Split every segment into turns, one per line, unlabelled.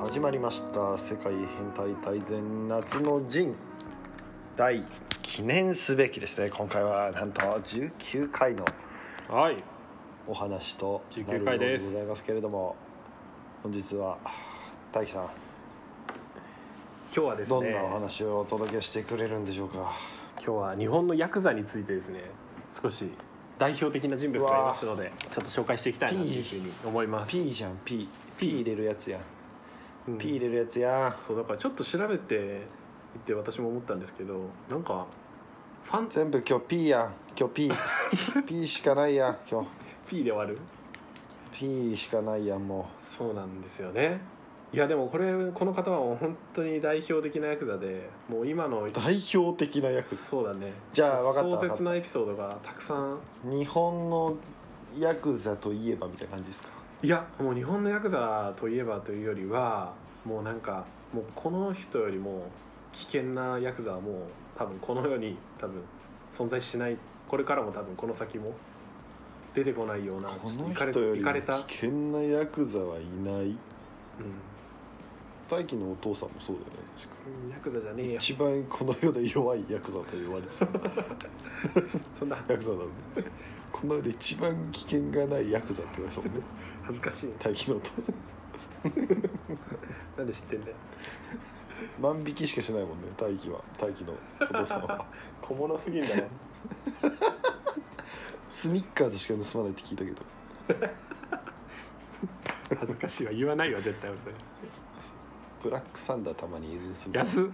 始まりました「世界変態大全夏の陣」第記念すべきですね今回はなんと19回の
はい
お話とな
19回
るようで
で
すございますけれども本日は大輝さん
今日はです
どん
ね
なお話をお届けしてくれるんでしょうか
今日は日本のヤクザについてですね少し代表的な人物がいますのでちょっと紹介していきたいなというふうに思います、
P じゃん P P 入れるやつやん
うん
P 入れるやつやん
そうだからちょっと調べていて私も思ったんですけどなんかファン
全部今日 P やん今日 P P しかないやん今日
P で終わる
P しかないやんも
そうなんですよねいやでもこれこの方はもう本当に代表的なヤクザでもう今の
う代表的なやつ
そうだね
じゃあ分かった
壮
分かった
絶なエピソードがたくさん
日本のヤクザといえばみたいな感じですか
いやもう日本のヤクザといえばというよりはもうなんかもうこの人よりも危険なヤクザはもう多分この世に多分存在しないこれからも多分この先も出てこないような
こ
ちょっと
の
いかれ
人より
い
も
かれた、うん
危険なヤクザはいない大輝のお父さんもそうだよね確か
うん、ヤクザじゃねえよ
一番この世で弱いヤクザと言われ てた
そんな
ヤクザだもんねこの世で一番危険がないヤクザって言われてたもんね
恥ずかしい
大輝のお父さん
なんで知ってんだよ
万引きしかしないもんね大輝は大輝のお父さ んは
小物すぎんだよ
スニッカーズしか盗まないって聞いたけど
恥ずかしいわ言わないわ絶対俺それ
ブラックサンダーたまに盗んで
安っ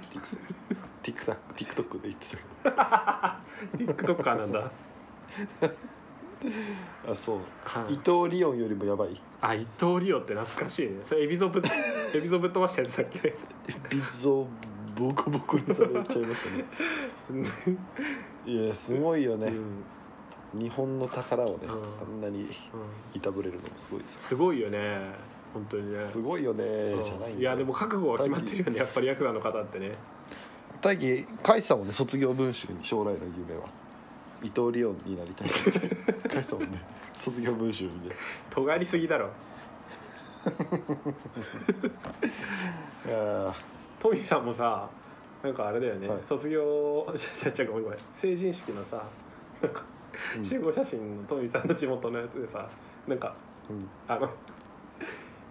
TikTok TikTok で言ってたけ
TikToker なんだ、
どあそう
は
伊
い、
藤リオンよりもやばい
あ伊藤リオって懐かしいねそれエビゾぶエビゾぶっ飛ばしたやつだっけ
ビッズをボコボコにされちゃいましたね いやすごいよ
う
ね、
ん、
日本の宝をね、
うん
あんなに
うん、
いたぶれるのもすごいですよ
すごいよね本当にね
すごいよね、
うん
じゃないんだよ
いやでも覚悟は決まってるよねやっぱりヤクザの方ってね
大輝甲斐さんもね卒業文集に将来の夢は伊藤リオンになりたいって 甲斐さんもね卒業文集にね
尖りすぎだろ
いや
トミーさんもさなんかあれだよね、
はい
卒業じゃじゃじゃごめんごめん成人式のさなんか
ーうん
集合写真のトミーさんの地元のやつでさなんかあの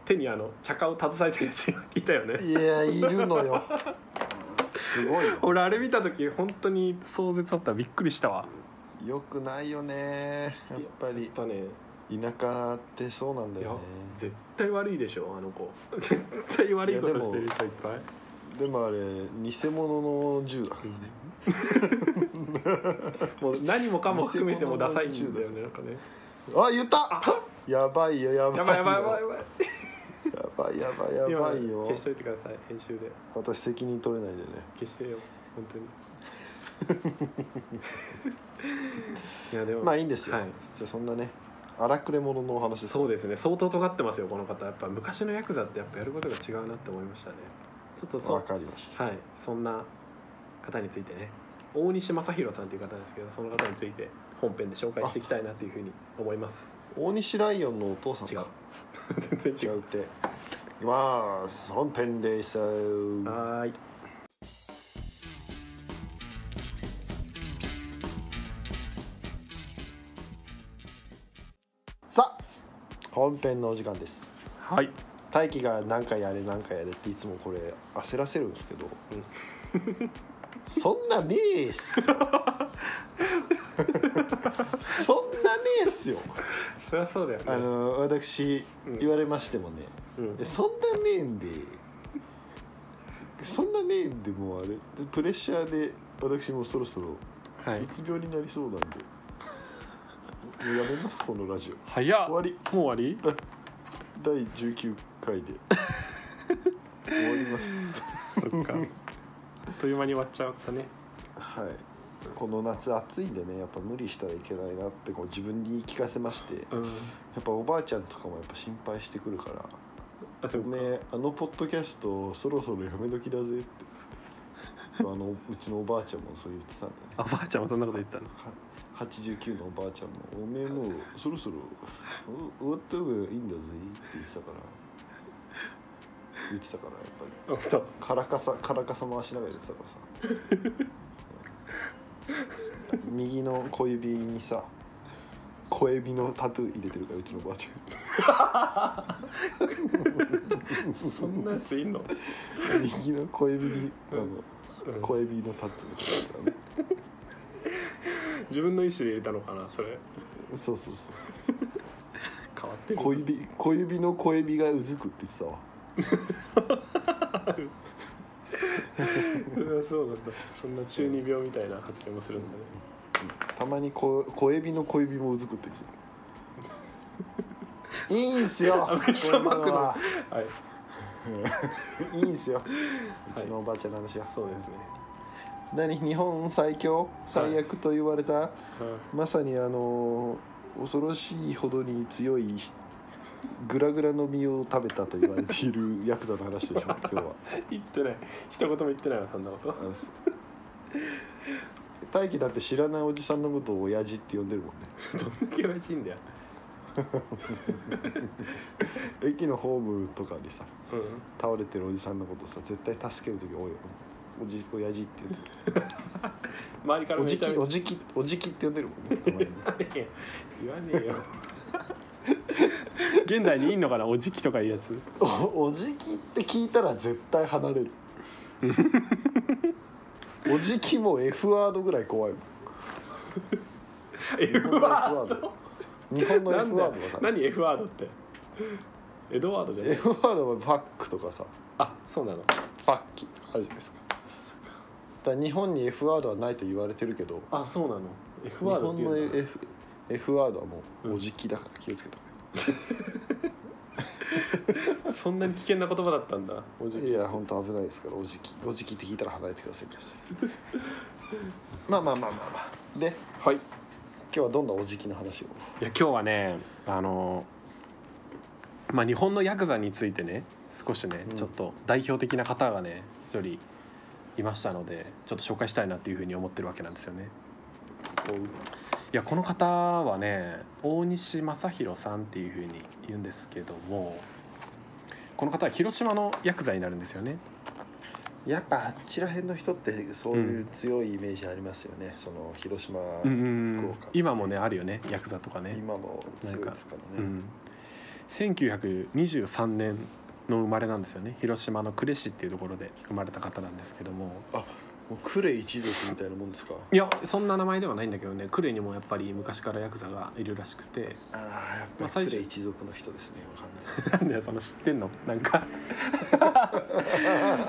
手にあの茶化を携えてるやついたよ
う
ね
んいやいるのよすごいよ
俺あれ見た時本当に壮絶だったびっくりしたわ
よくないよねやっぱり
やっぱね
田舎ってそうなんだよね
絶対悪いでしょあの子絶対悪いこ
い
と
やでも
してる人いっぱい
でもあれ偽物の銃だからね
もう何もかも含めてもダサいんだよねなんかね
あ言ったやばいよやばい
や
よ
ばいやばいやばいやばい
やばいやばいやばいよ
消しといてください編集で
私責任取れないんだよね
消してよ本当に いやでも
まあいいんですよ、
はい
じゃあそんなね荒くれ者のお話です
そうですね相当尖ってますよこの方やっぱ昔のヤクザってやっぱやることが違うなって思いましたねちょっとそう
わかりました
はいそんな方についてね大西正弘さんという方ですけどその方について本編で紹介していきたいなというふうに思います
大西ライオンのお父さん
違う
か
全然
違
違う
うってまあ本編ですは
はーい
さあ本編のお時間です
はい
大輝が何かやれ何かやれっていつもこれ焦らせるんですけ ど、そんなねえっすよそんなねえっすよ
そりゃそうだよね
あの私
うん
言われましてもね、
うん
えそんなねえんでそんなねえんでもうあれプレッシャーで私もそろそろ
は
う
い
つ病になりそうなんで、もうやめますこのラジオ
早っ
終
も
わり
う終わり
第19回 で終わります
そっ か。あっという間に終わっちゃったね。
はい、この夏暑いんでねやっぱ無理したらいけないなってこう自分に言い聞かせましてや
うん。
っぱおばあちゃんとかもやっぱ心配してくるから「
あ、そう
おめえあのポッドキャストそろそろやめ時だぜ」って あのうちのおばあちゃんもそう言ってたんだよね
あ、ばあちゃんもそんなこと言ってたの。
は89のおばあちゃんも「おめえもう そろそろお終わった方がいいんだぜ」って言ってたから言ってたからやっぱり
あそう
カラカサカラカサ回しながらやってた からさ右の小指にさ小指のタトゥー入れてるからうちのばあち
そんなやついん
ゃ
の
ん右の小指にあ
う
の
ん
小指のタトゥー入れてるからね
自分の意思で入れたのかなそれ
そうそうそうそう
変わってる
小指小指の小指がうずくって言ってたわ
うん そうなんだそんな中二病みたいな発言もするんだね
たまに小小指の小指もうずくって言ってた いいんすよ
めっちゃうまく
こん
なる
のは
はい
いいんすようちのおばあちゃんの話は、
そうですね
何日本最強最悪と言われた、
う
まさにあのー恐ろしいほどに強いグラグラの実を食べたと言われているヤクザの話でしょ今日 は
ん言ってない一言も言ってないわそんなこと
あのす大輝だって知らないおじさんのことを親父って呼んでるもんね
どんだけ親しいんだよ
駅のホームとかにさ
うん
倒れてるおじさんのことさ絶対助ける時多いよねおじ親父って呼んでる
周りから
お
め
じ
ち
き
ゃめちゃ
おじきおじきって呼んでるもんねたまにね
言わねえよ 現代にいんのかなおじきとかいうやつ
おおじきって聞いたら絶対離 れるおじきも F ワードぐらい怖いもん
F ワード
日本の
な
F
んだ
ワ
よ
ードがさ
何 F ワードってエドワードじゃない
F ワードはファックとかさ
あそうなの
ファッキとかあるじゃないですかだから日本に F ワードはないと言われてるけど
あそうなの
日
F ワードっ
本
てい
の
うの
F, F ワードはも
うん
うおじきだから気をつけた方がいい
そんなに危険な言葉だったんだおじき
いや本当危ないですからおじきおじきって聞いたら離れてください皆さん まあまあまあまあまあで
はいい
今日はどんなおじきの話を
や今日はねあのまあ日本のヤクザについてね少しね、
うん
ちょっと代表的な方がね一人いましたのでちょっと紹介したいなっていうふうに思ってるわけなんですよねいやこの方はね大西正弘さんっていうふうに言うんですけどもこの方は広島のヤクザになるんですよね
やっぱあちら辺の人ってそういうう強いイメージありますよね、その広島、
うんうん
福
うん
岡
今もねあるよねヤクザとかね
今も強いですから
う
ね、
ん、1923年の生まれなんですよね広島の呉市っていうところで生まれた方なんですけども
もうクレ一族みたいなもんですか
いやそんな名前ではないんだけどね呉にもやっぱり昔からヤクザがいるらしくて
ああやっ
ま
ぱ
あ
り
最
ク
初
レ一族の人ですねわかんない
なんだよその知ってんのな んか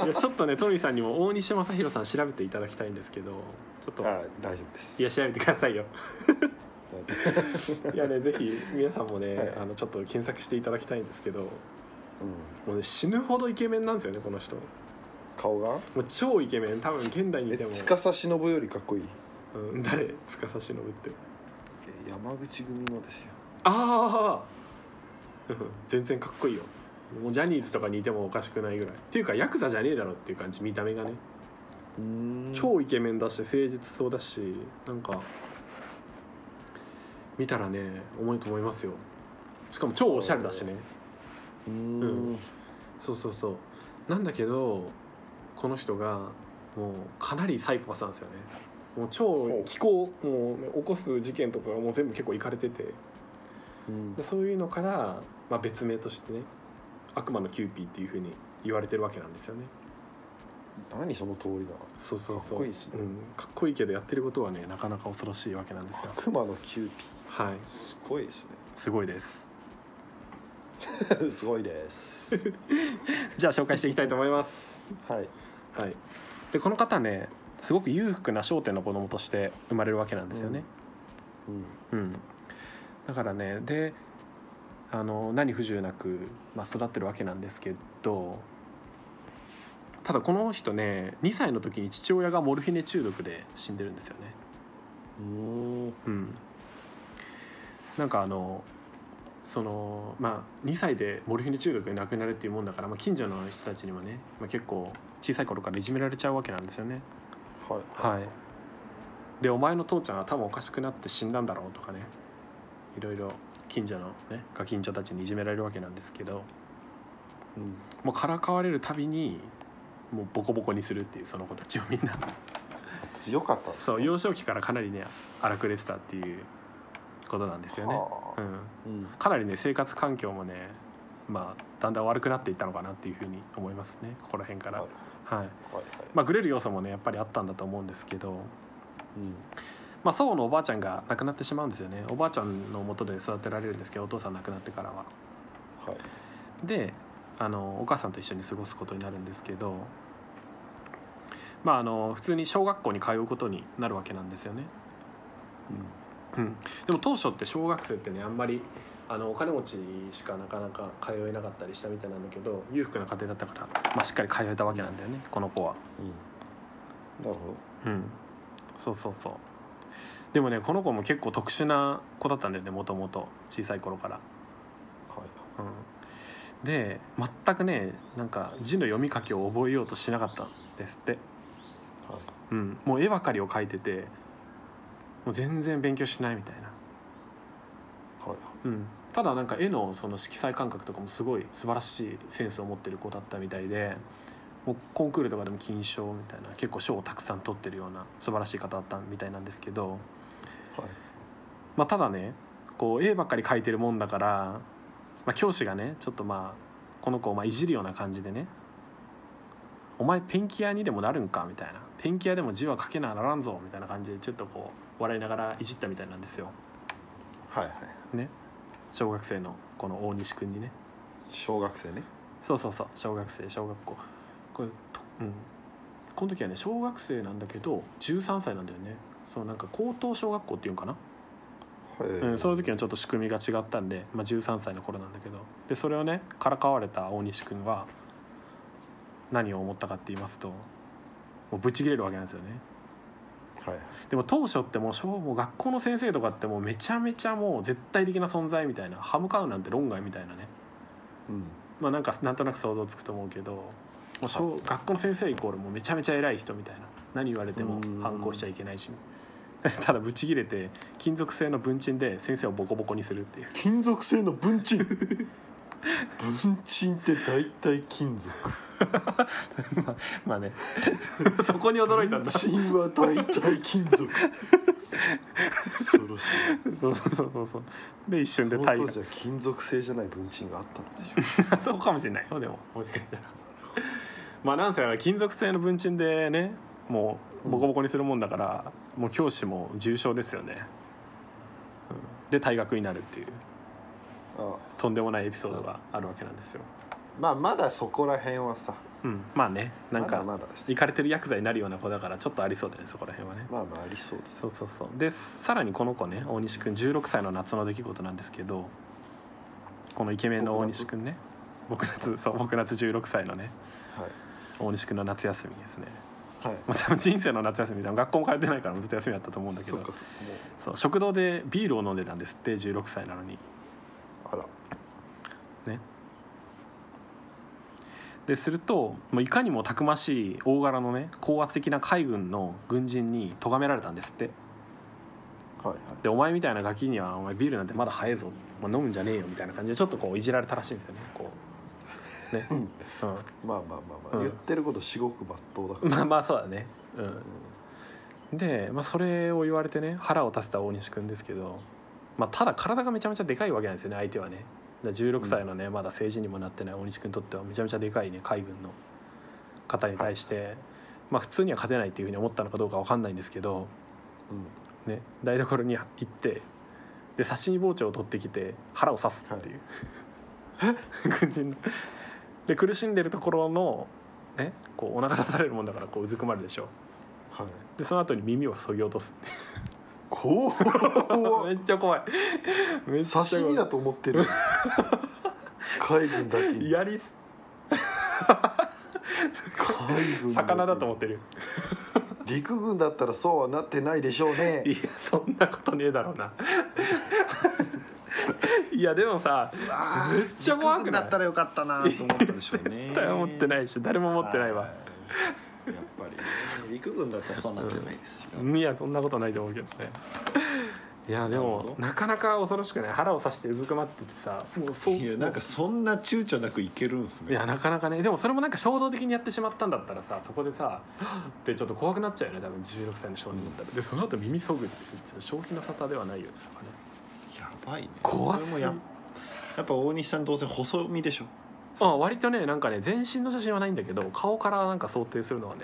いやちょっとねトミーさんにも大西正弘さん調べていただきたいんですけどちょっと
あー大丈夫です
いや調べてくださ いよ
大丈
いやねぜひ皆さんもね、
はい
あのちょっと検索していただきたいんですけども
夫うん
う、ね、死ぬほどイケメンなんですよねこの人も
顔が
う超イケメン多分現代にい
え
ても
司忍よりかっこいい
うん、誰司忍って
え山口組のですよ
ああうん 全然かっこいいよもうジャニーズとかにいてもおかしくないぐらいっていうかヤクザじゃねえだろっていう感じ見た目がね
うーん
超イケメンだし誠実そうだしなんか見たらね重いと思いますよしかも超おしゃれだしね
うー
うんんそうそうそうなんだけどこの人がもうかなりサイコパスなんですよねもう超気候もう起こす事件とかがもう全部結構いかれてて
うん
でそういうのから、まあ、別名としてね悪魔のキューピーっていうふうに言われてるわけなんですよね
何その通りだ
そうそうそう
かっこいいですね
うん、かっこいいけどやってることはねなかなか恐ろしいわけなんですよ
悪魔のキューピ
はい
ーすごいです
すごいです
ね すごい です
じゃあ紹介していきたいと思います
はい
はいでこの方ねすごく裕福な商店の子供として生まれるわけなんですよね、
うん
うん、だからねであの何不自由なく、まあ、育ってるわけなんですけどただこの人ね2歳の時に父親がモルヒネ中毒で死んでるんですよね。
うーん
うん、なんかあのそのまあ2歳でモルヒネ中毒で亡くなるっていうもんだから、まあ、近所の人たちにもね、まあ、結構小さい頃からいじめられちゃうわけなんですよね。
はい
はい、でお前の父ちゃんは多分おかしくなって死んだんだろうとかねいろいろ近所のねガキンチョたちにいじめられるわけなんですけど
うん
もうからかわれるたびにもうボコボコにするっていうその子たちを みんな
強かったんです
そう幼少期からかなりね荒くれてたっていうことなんですよね、
は
う
あ
ん、
うん
かなりね生活環境もねまあだんだん悪くなっていったのかなっていうふうに思いますねここら辺から
は
はいい
はい
まあグレる要素もねやっぱりあったんだと思うんですけど
うん
まあ、祖母のおばあちゃんが亡くなってしまうんですよねおばあちゃんの元で育てられるんですけどお父さん亡くなってからは
はい
であのお母さんと一緒に過ごすことになるんですけどまああの普通に小学校に通うことになるわけなんですよね、うん、
でも当初って小学生ってねあんまりあのお金持ちしかなかなか通えなかったりしたみたいなんだけど
裕福な家庭だったから、まあ、しっかり通えたわけなんだよねこの子は
うんなるほど
うんそうそうそうでもねこの子も結構特殊な子だったんだよねもともと小さい頃から
はい
うん、で全くねなんか字の読み書きを覚えようとしなかったんですって、
はい
うん、もう絵ばかりを描いててもう全然勉強しないみたいな、
はい
うん、ただなんか絵のその色彩感覚とかもすごい素晴らしいセンスを持ってる子だったみたいでもうコンクールとかでも金賞みたいな結構賞をたくさん取ってるような素晴らしい方だったみたいなんですけど、
はい
まあ、ただねこう絵ばっかり描いてるもんだから、まあ、教師がねちょっとまあこの子をまあいじるような感じでね「お前ペンキ屋にでもなるんか」みたいな「ペンキ屋でも字は書けなならんぞ」みたいな感じでちょっとこう笑いながらいじったみたいなんですよ
はいはい
小学生のこの大西くんにね
小学生ね
そうそうそう小学生小学校これとうんこの時はね小学生なんだけど13歳なんだよねそうなんか高等小学校っていうんかな
はい、
うん、その時のちょっと仕組みが違ったんで、まあ、13歳の頃なんだけどでそれをねからかわれた大西君は何を思ったかって言いますともうぶち切れるわけなんですよね
はい
でも当初ってもう小もう学校の先生とかってもうめちゃめちゃもう絶対的な存在みたいな歯向かうなんて論外みたいなね
うん
まあなんかなんとなく想像つくと思うけどもう小、学校の先生イコールもうめちゃめちゃ偉い人みたいな何言われても
うん
反抗しちゃいけないし ただブチ切れて金属製の文鎮で先生をボコボコにするっていう
金属製の文鎮文鎮って大体金属
まあね そこに驚いたんだ そ
文鎮は大体金属恐ろしいう
そうそうそうそうで一瞬で
その
大
当
河
時は金属製じゃない文鎮があったんでし
そうかもしれないよでももしかしたらまあなんせ金属製の文鎮でねもうボコボコにするもんだから、もう教師も重症ですよね、うんで退学になるっていう
ょあ
とんでもないエピソードがあるわけなんですよ、
あまあまだそこら辺はさ
うん、まあねなん
ま
か
だまだです
行かれてるヤクザになるような子だからちょっとありそうだよねそこら辺はね
まあまあありそうです
そうそうそうでさらにこの子ね大西くん16歳の夏の出来事なんですけどこのイケメンの大西くんね僕夏そう僕夏16歳のね
はい
大西くんの夏休みですね、
はい
まあ、多分人生の夏休みでも学校も通ってないからずっと休みだったと思うんだけ
そ
ど
っかそっか
そう食堂でビールを飲んでたんですって16歳なのに
もうあら
ねでするともういかにもたくましい大柄のね高圧的な海軍の軍人に咎められたんですって
はい
でお前みたいなガキにはお前ビールなんてまだ早いぞ、まあ、飲むんじゃねえよみたいな感じでちょっとこういじられたらしいんですよねこうね、
うん
う
まあまあまあまあ、
うん
言ってること至極まっとうだか
ん、
ら、
まあまあそうだねうんで、まあ、それを言われてね腹を立てた大西君ですけど、まあ、ただ体がめちゃめちゃでかいわけなんですよね相手はねだから16歳のね、まだ成人にもなってない大西君にとってはめちゃめちゃでかいね海軍の方に対して、まあ普通には勝てないっていうふうに思ったのかどうかわかんないんですけど
うん
ね、台所に行ってで刺身包丁を取ってきて腹を刺すっていう、軍人ので苦しんでるところの、ね、こうお腹刺されるもんだからこううずくまるでしょ
はい
でその後に耳をそぎ落とす
こ
めっちゃ怖い め
う
っちゃ怖い
刺身だと思って る海軍だけに
やり
海軍
魚だと思ってる
陸軍だったらそうはなってないでしょう
いや
ね
そんなことねえだろ うないやでもさ
あ
めっちゃ怖くな
陸軍だ
い
ったらよかったなと思ったでしょうね
絶対思ってないし誰も思ってないわ、
はいやっぱりね陸軍だったらそうなってないですよ、
いやそんなことないと思うけどねいやで
なる
も
ほど
なかなか恐ろしくない腹を刺してうずくまっててさもうそう
いやなんかそんな躊躇なくいけるんです
い
ね
やなかなかねでもそれもなんか衝動的にやってしまったんだったらさそこでさ はっってちょっと怖くなっちゃうよね多分16歳の少年だったら、でその後耳そぐってちょっと正気の沙汰ではないよねなんかね
やばいね
怖
そ
す
れ
ぎ
もややっぱ大西さんどうせ細身でしょ
あ割とねなんかね全身の写真はないんだけど顔からなんか想定するのはね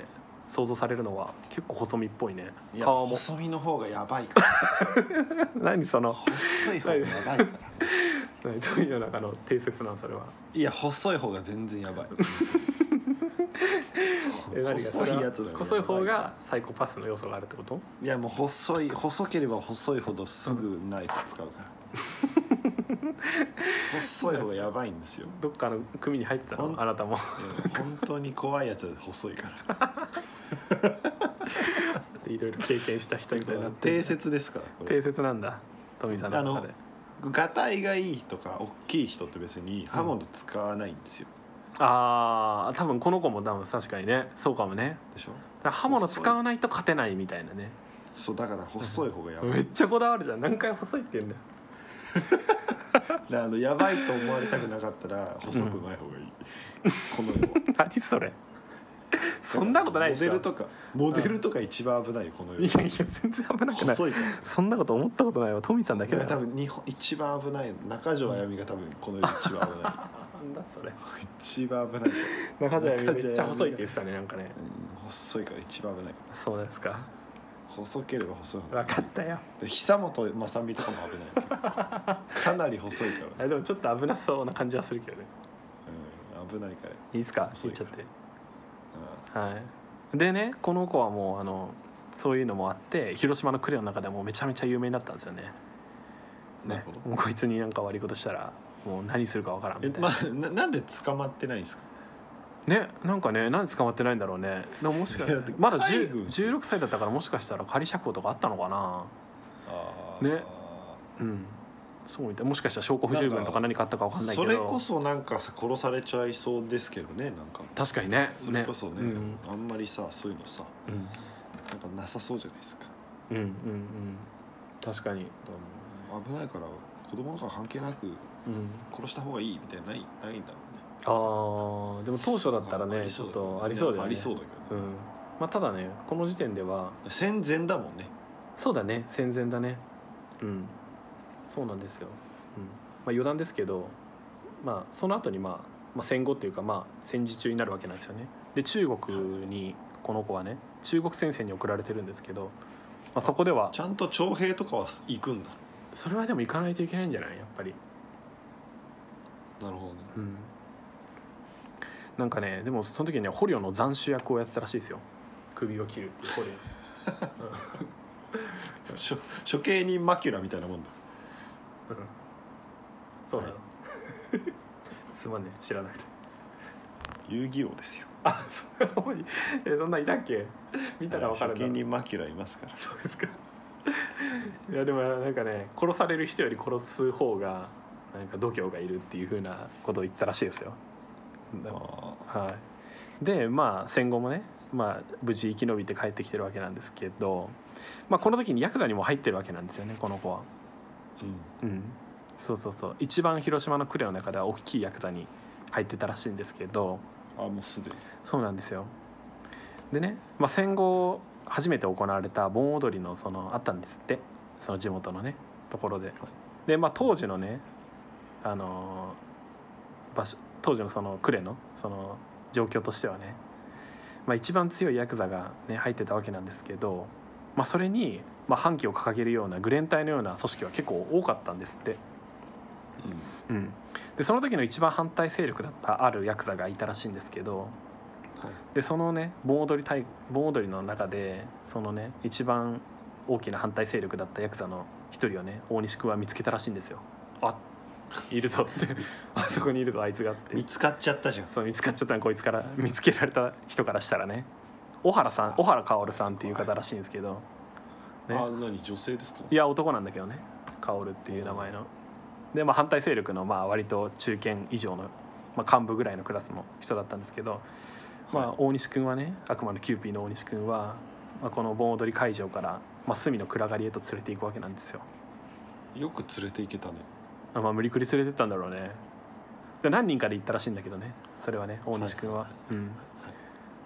想像されるのは結構細身っぽいね
いや
顔も
細身の方がやばいから
何その
細い方がやばいから
何どういう中の定説なのそれはい
や細い方が全然やばい
え何がそ
細い
れは
やつだよ
細い方がサイコパスの要素があるってこと
いやもう細い細ければ細いほどすぐナイフ使うから、 細い方がやばいんですよ
どっかの組に入ってた
ほ
の
ん
あなたも
いや 本当に怖いやつは細いから
いろいろ経験した人みたいになっ て
定説ですからこ
定
れ
説なんだ富さんの中で
がたいがいいとか大きい人って別に刃物使わないんですよ、
ああー多分この子も多分確かにねそうかもね
でしょ
だから刃物使わないと勝てないみたいなね
そうだから細い方がやばい
めっちゃこだわるじゃん何回細いって言うんだよ
であのやばいと思われたくなかったら細くない方がいい、この世は
何それ そんなことないでしょ
モデルとかモデルとか一番危ないよこの
い
世
やい
は
や全然危なくない
細いから
そんなこと思ったことないわトミさんだけだ
だ
よ
から多分日本一番危ない中条あやみが多分この世で一番危な
なんだそれ
い一番危ない、
中条あやみ
中条あやみ
めっちゃ細いって言ってたねなんかね
うん細いから一番危ない
そうですか
細ければ細いほど
分かったよ
で久本雅美とかも危ないかなり細いから、
あでもちょっと危なそうな感じはするけどね
うん、危ないから、
いいですか
細
言
い
っちゃってはい、でねこの子はもうあのそういうのもあって広島のクレの中でもうめちゃめちゃ有名になったんですよね
うんな
ね
るほど
もうこいつになんか悪いことしたらもう何するかわからん
え
みたいな、
まあ、ななんで捕まってないんですか
ねなんかねなんで捕まってないんだろうねでももしか
いやだって
まだ
海
10
軍っすよ
16歳だったからもしかしたら仮釈放とかあったのかな
あ
ねうんそうみたいもしかしたら証拠不十分とか何かあったかわかんないけ
そ
ど
れこそなんかさ殺されちゃいそうですけどねなんか
確かにね
それこそね
ねうん
あんまりさそういうのさ
うん
なんかなさそうじゃないですかだか
うんうんうん確かに
らもう危ないから子供とか関係なく
うん
殺した方がいいみたいなないないんだろうね
ああでも当初だったら
あ
ね
り
ち
そ
ょっ
うだけど
とありそうだよね
ありそうだけ
う
ど、ね
んまあただねこの時点では
戦前だもんね
そうだね戦前だねうんそうなんですよ、うんまあ、余談ですけど、まあ、その後に、まあ、まあ戦後っていうか、まあ、戦時中になるわけなんですよねで中国にこの子はね中国戦線に送られてるんですけど、まあ、そこでは
ちゃんと徴兵とかは行くんだ
それはでも行かないといけないんじゃないやっぱり
なるほどね
うんなんかねでもその時には捕虜の斬首役をやってたらしいですよ首を切るっていう捕虜
しょ処刑人マキュラみたいなもんだ
うんそうなの、
は
すまんね知らなくて
遊戯王ですよ
あそうえそんなんいたっけ見たらわかる
処刑
んだ
人マキュラいますから
そうですかいやでもなんかね殺される人より殺す方がなんか度胸がいるっていうふうなことを言ってたらしいですよ
あ
はい、でまあ戦後もね、まあ、無事生き延びて帰ってきてるわけなんですけど、まあ、この時にヤクザにも入ってるわけなんですよねこの子は。
ーうん
うん、そうそうそう一番広島の呉の中では大きいヤクザに入ってたらしいんですけど
あもうすでに
そうなんですよでね、まあ、戦後初めて行われた盆踊りのそのあったんですってその地元のねところで、で、まあ、当時のねあのー場所当時のその呉のその状況としてはね、まあ、一番強いヤクザが、ね、入ってたわけなんですけど、まあ、それに、まあ、反旗を掲げるようなグレン隊のような組織は結構多かったんですって。うん、でその時の一番反対勢力だったあるヤクザがいたらしいんですけど、
はい
でそのね盆踊り大盆踊りの中でそのね一番大きな反対勢力だったヤクザの一人をね大西君は見つけたらしいんですよ。あいるぞって あそこにいるぞあいつがっ
見
て
つかっちゃったじゃん
そう見つかっちゃったのこいつから見つけられた人からしたらね小原さん小原薫さんっていう方らしいんですけど。ね
あ何女性ですか
いや男なんだけどね薫っていう名前ので、まあ、反対勢力のまあ割と中堅以上の、まあ、幹部ぐらいのクラスの人だったんですけど、まあ、大西君はね悪魔のキューピーの大西君は、まあ、この盆踊り会場から、まあ、隅の暗がりへと連れていくわけなんですよ
よく連れて行けたね
あまあ無理くり連れてったんだろうねで何人かで行ったらしいんだけどねそれはね大西君は、うん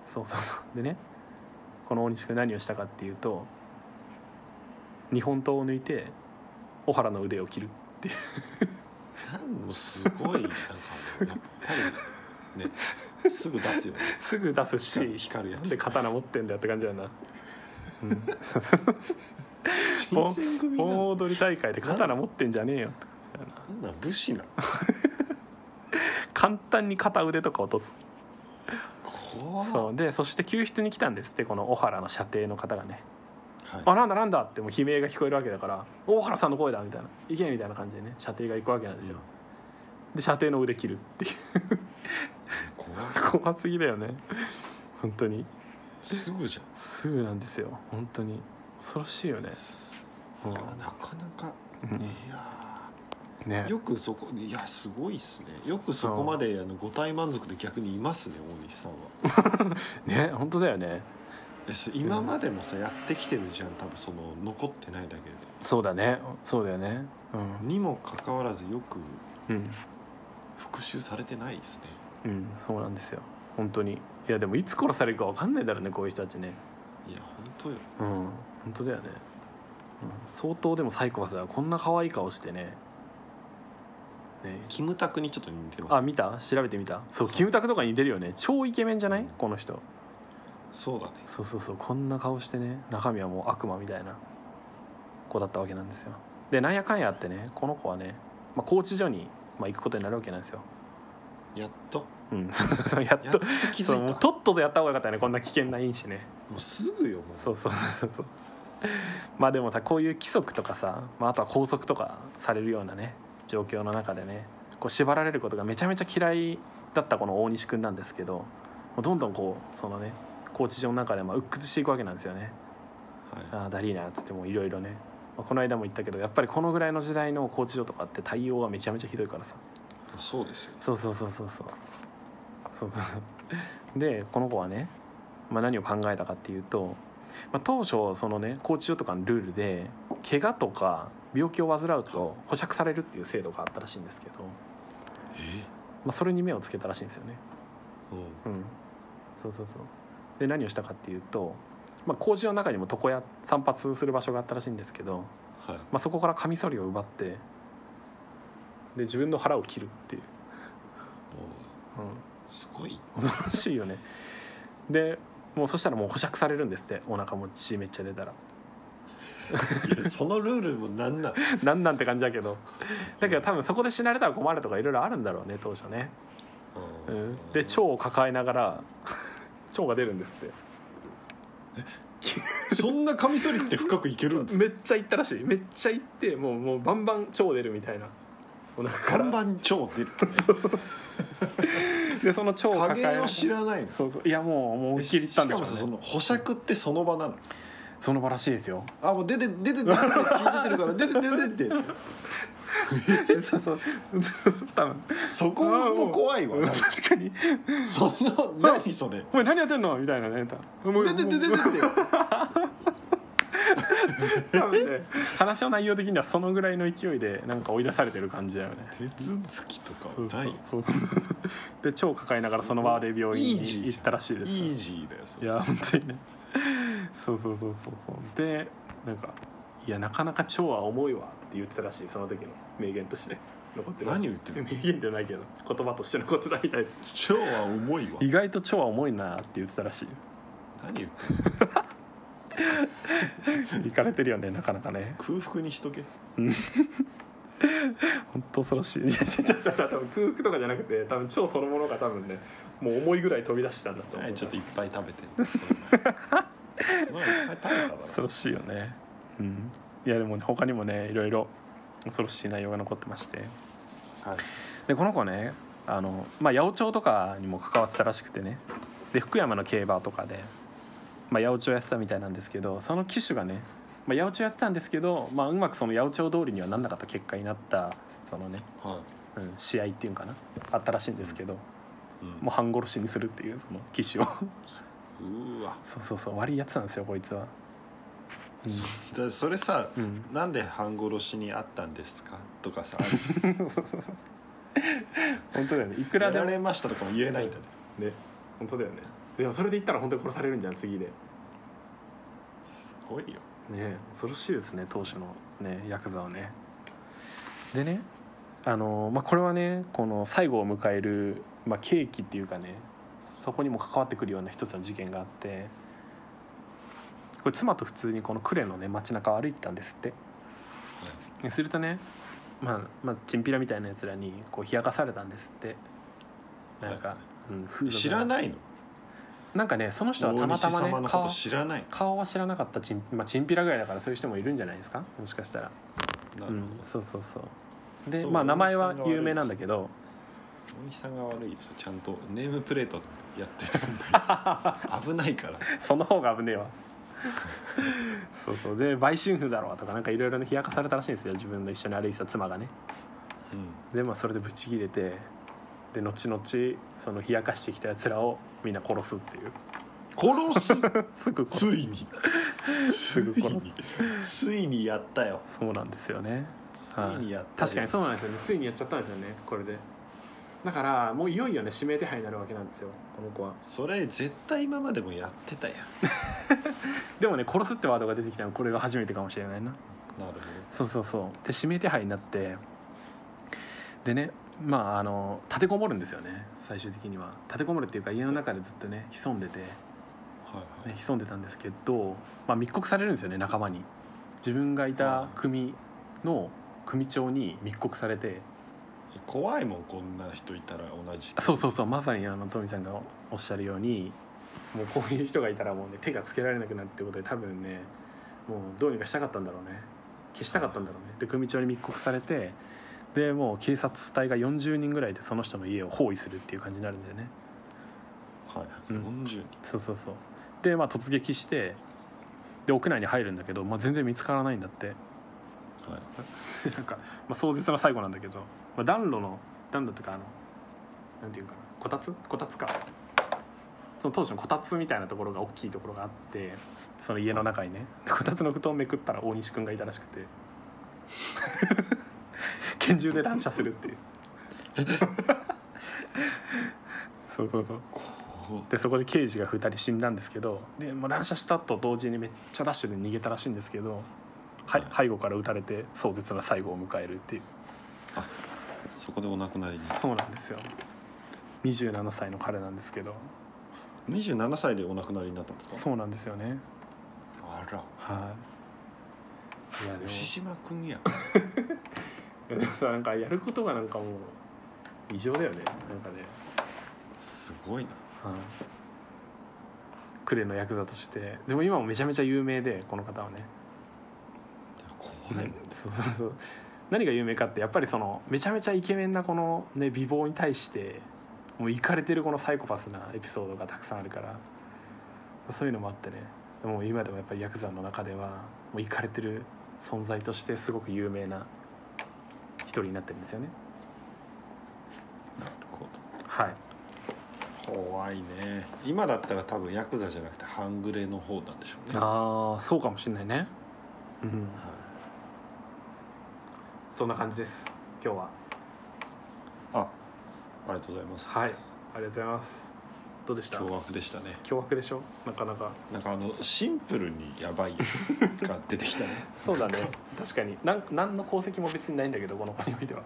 そうそうそうでねこの大西君何をしたかっていうと日本刀を抜いて小原の腕を切る
もうすごいなんか
す
やっぱりねすぐ出すよね
すぐ出す し
光 光るや
なんで
つ
刀持ってんだよって感じだよな、うん、
新選組な
盆
の
踊り大会で刀持ってんじゃねえよって
なんなん武士なの
簡単に片腕とか落とす
怖っ
そうでそして救出に来たんですってこの小原の射程の方がね
はい
あなんだなんだってもう悲鳴が聞こえるわけだから「大原さんの声だ」みたいな「行け」みたいな感じでね射程が行くわけなんですよ、で射程の腕切るっていう
怖っ
怖すぎだよね本当に
すぐじゃん
すぐなんですよ本当に恐ろしいよね、う
あなかなか
んうん
いや
ね
ーよくそこいやすごいっすねよくそこまであの五体満足で逆にいますね大西さんは
ね本当だよね
えそ今までもさやってきてるじゃん多分その残ってないだけで
そうだねそうだよねうん
にもかかわらずよく
うん
復讐されてないですね
うんそうなんですよ本当にいやでもいつ殺されるか分かんないだろうねこういう人たちね
いや本当よ
うん本当だよね、うん、相当でもサイコパスだよこんな可愛い顔してねね
キムタクにちょっと似てます
あ見た調べてみたそうキムタクとかに似てるよね超イケメンじゃないこの人
そうだね
そうそうそうこんな顔してね中身はもう悪魔みたいな子だったわけなんですよでなんやかんやあってねこの子はね、まあ、高知所に、まあ、行くことになるわけなんですよ
やっと
うんそうそうそうやっ
やっ
と
と気
そう
づ
も
いうた
とっととやった方がよかったよねこんな危険な因子ね
もうすぐよもう
そうそうそうそう まあでもさこういう規則とかさ、まあ、あとは拘束とかされるようなね状況の中でねこう縛られることがめちゃめちゃ嫌いだったこの大西くんなんですけどもうどんどんこうそのね拘置所の中でまあ鬱屈していくわけなんですよね
はい
ああだりーなっつってもういろいろね、まあこの間も言ったけどやっぱりこのぐらいの時代の拘置所とかって対応がめちゃめちゃひどいからさ
そうですよ
そうそうそうそうそうそうそうそうでこの子はね、まあ、何を考えたかっていうと、まあ、当初そのね拘置所とかのルールで怪我とか病気を患うと保釈されるっていう制度があったらしいんですけど、
え
まあ、それに目をつけたらしいんですよね
うん
うんそうそうそうで何をしたかっていうと、まあ、工事の中にも床屋散髪する場所があったらしいんですけど、
はい
まあ、そこからカミソリを奪ってで自分の腹を切るっていう、
も
うん、
うすごい
恐ろしいよねでもうそしたらもう保釈されるんですってお腹も血めっちゃ出たら
いやそのルールもなんなん
なんなんて感じだけどだけど多分そこで死なれたら困るとかいろいろあるんだろうね当初ね、う
うん
ん、で腸を抱えながら腸が出るんですっ
そんなカミソリって深くいけるんです
て
か
めっちゃ行ったらしいめっちゃ行ってもうもうバンバン腸出るみたいなお腹か
看
ら
板超出る
で その腸を抱えな
影
が
を
ら
知らないの
そうそういやもうもう思いっきり行ったんでしょう
しかもさそ
ね
の保釈ってその場なの
その場らしいですよ
あもう出て出て出てって聞いてるから出て出て出てっ
そうそう 多分
てそこも怖いわなんか
確かに
その何それ
「お前何やってんの?」みたいなね多分
出て出て出て
多分ね話の内容的にはそのぐらいの勢いでなんか追い出されてる感じだよね
手続きとかはない
そうそうで腸を抱えながらその場で病院
イージー
に
じゃん
行ったらしいです
イージーだよそ
い
れ
や本当にねそうそうそうそうそうでなんか「いやなかなか腸は重いわ」って言ってたらしいその時の名言として残ってるらしい
何を言ってるの
名言ではないけど言葉としてのことだみたいです
超は重いわ
意外と腸は重いなって言ってたら しい
何言ってんの
行かれてるよねなかなかね
空腹にしとけ
本当恐ろしいいやちょちょちょ多分空腹とかじゃなくて多分腸そのものが多分ねもう重いぐらい飛び出したんだと思う、
はいちょっといっぱい食べて るすごいいっぱい食べただ
恐
ろ
ろしいよねうんいやでもね他にもねいろいろ恐ろしい内容が残ってまして
はい
でこの子ねあの、まあ、八百長とかにも関わってたらしくてねで福山の競馬とかで、まあ、八百長やってたみたいなんですけどその騎手がね、まあ、八百長やってたんですけど、まあ、うまくその八百長通りにはなんなかった結果になったそのね、
はい
うん、試合っていうんかなあったらしいんですけど
うん
もう半殺しにするって いうその騎手を
うーわ
そうそうそう悪いやつなんですよこいつは
だそれさ、
うん
なんで半殺しにあったんですかとか さ
そうそうそう本当だよねいく
や
らで
ら
も
れましたとかも言えないんだね
ね本当だよねでもそれで言ったら本当に殺されるんじゃん次です
ごいよ
ね恐ろしいですね当初のねヤクザはねでねあの、まあ、これはねこの最後を迎える、まあ、契機っていうかねそこにも関わってくるような一つの事件があってこれ妻と普通にこの呉のね街中を歩いてたんですって、でするとねまあまあチンピラみたいなやつらにこう冷やかされたんですってなんか、
は
うん、風俗
知らないの
なんかねその人はた
大
ま
西
たまね
様のこ
顔
と知らない
顔は知らなかったチン,、まあ、チンピラぐらいだからそういう人もいるんじゃないですかもしかしたら、
な
う
る
ん、そうそうそうで
そう
まあ名前
大
は
西さんが悪い
有名なんだけど
ほど大西さんが悪いですよちゃんとネームプレートやってた危ないから
その方が危ねえわ そうそうで売春婦だろとかなんかいろいろね冷やかされたらしいんですよ自分の一緒に歩いてた妻がね
うん
でまあそれでブチ切れてで後々その冷やかしてきたやつらをみんな殺すっていう
殺
すぐ殺
すついに
すぐ殺す
ついにやったよ
そうなんですよね
つ
はい
いにやったよ
確かにそうなんですよねついにやっちゃったんですよねこれでだからもういよいよね指名手配になるわけなんですよこの子は
それ絶対今までもやってたやん
でもね殺すってワードが出てきたのこれが初めてかもしれないな
なる
そうそうそうで指名手配になってでねまああの立てこもるんですよね最終的には立てこもるっていうか家の中でずっとね潜んでて、ね、
ほどはいはい
潜んでたんですけど、まあ、密告されるんですよね仲間に自分がいた組の組長に密告されて
怖いもんこんな人いたら同じ
そうそうそうまさにあのトミさんがおっしゃるように
もうこういう人がいたらもうね手がつけられなくなるってことで多分ねもうどうにかしたかったんだろうね消したかったんだろうね
で組長に密告されてでもう警察隊が40人ぐらいでその人の家を包囲するっていう感じになるんだよね
はい、
うん
40人
そうそうそうでまあ突撃してで屋内に入るんだけど、まあ、全然見つからないんだって
はい
で なんか、まあ、壮絶な最後なんだけど、まあ、暖炉の暖炉っていうかあのなんていうかなこたつこたつかその当時のこたつみたいなところが大きいところがあってその家の中にねでこたつの布団をめくったら大西君がいたらしくて 拳銃で乱射するっていう そうそうそう
お
でそこで刑事が2人死んだんですけどでもう乱射したと同時にめっちゃダッシュで逃げたらしいんですけど、はい、背後から撃たれて壮絶な最後を迎えるっていう
そこでお亡くなりに
そうなんですよ27歳の彼なんですけど
27歳でお亡くなりになったんですか
そうなんですよね
あら
はいいやでも
牛島君やん
でもさなんかやることがなんかもう異常だよねなんかね
すごいな
はいクレのヤクザとしてでも今もめちゃめちゃ有名でこの方はね
怖いもん、
そうそうそう何が有名かってやっぱりそのめちゃめちゃイケメンなこの、ね、美貌に対してもういかれてるこのサイコパスなエピソードがたくさんあるからそういうのもあってねでも今でもやっぱりヤクザの中ではもういかれてる存在としてすごく有名な一人になってるんですよね
なるほど
はい
怖いね今だったら多分ヤクザじゃなくて半グレの方なんでしょうね
ああそうかもしれないねうん
はい
そんな感じです今日は
あありがとうございます、
はいありがとうございますどうでした
凶悪でしたね
凶悪でしょなかなか
なんかあのシンプルにやばいやつが出てきたね
そうだね確かになん何の功績も別にないんだけどこの子においては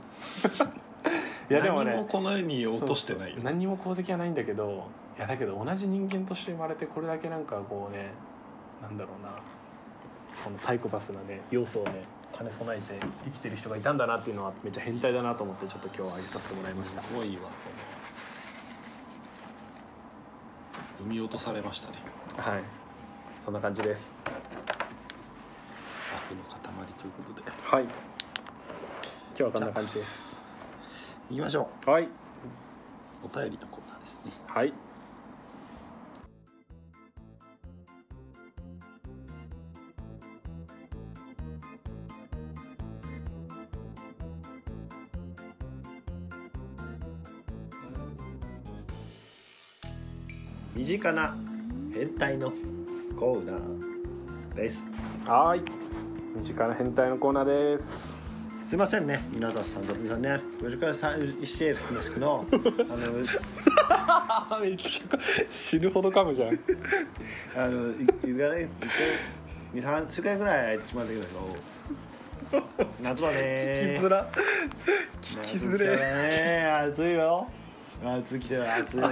いやでもね
何もこの世に落としてないよ
そうそう何にも功績はないんだけどいやだけど同じ人間として生まれてこれだけなんかこうねなんだろうなそのサイコパスなね要素をね兼ね備えて生きてる人がいたんだなっていうのはめっちゃ変態だなと思ってちょっと今日は挙げさせてもらいました
すごいわその産み落とされましたね
はいそんな感じです
悪の塊ということで
はい今日はこんな感じです
いきましょ
はい、
うお便りのコーナーですね
はい
身近な変態のコーナーです
はい身近な変態のコーナーです
すいませんね稲田さんと皆さんねご紹介さしてるんですけ どあの
あめっちゃ死ぬほど噛むじ ゃん
あの、い、いずれ、い二三週間ぐらい空いてしまうんだけ ど。夏はね。
づら
聞
きづれ
ね、暑いよ。暑きてる、暑いよ。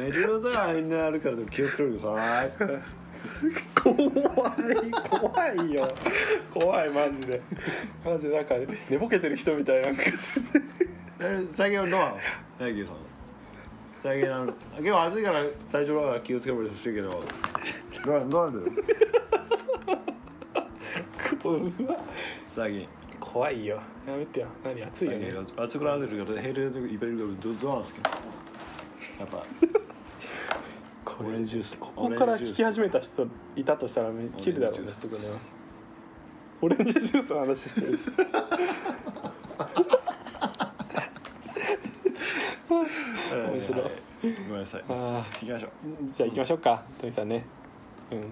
寝ることはみんなあるから、気をつけるからさ。
怖い怖いよ怖いマジでマジでなんか寝ぼけてる人みたいなんか
最近はどうなの。大樹さん。最近、あの、結構暑いから、体調だから、気をつけるほしいけど。どうなん、どうなんだよ。最近。
怖いよやめてよ何暑いよね
暑くなってるから、ヘルとか、イベルが、ど、どうなんですか。やっぱ。
こ
オレ
れ
ンジジュース
ここから聞き始めた人いたとしたら切るだろうねすぐねオレンジジュースの話してるし面白い
ははごめんなさい行
あ
きましょう
ーじゃあ行きましょうか富さんねうん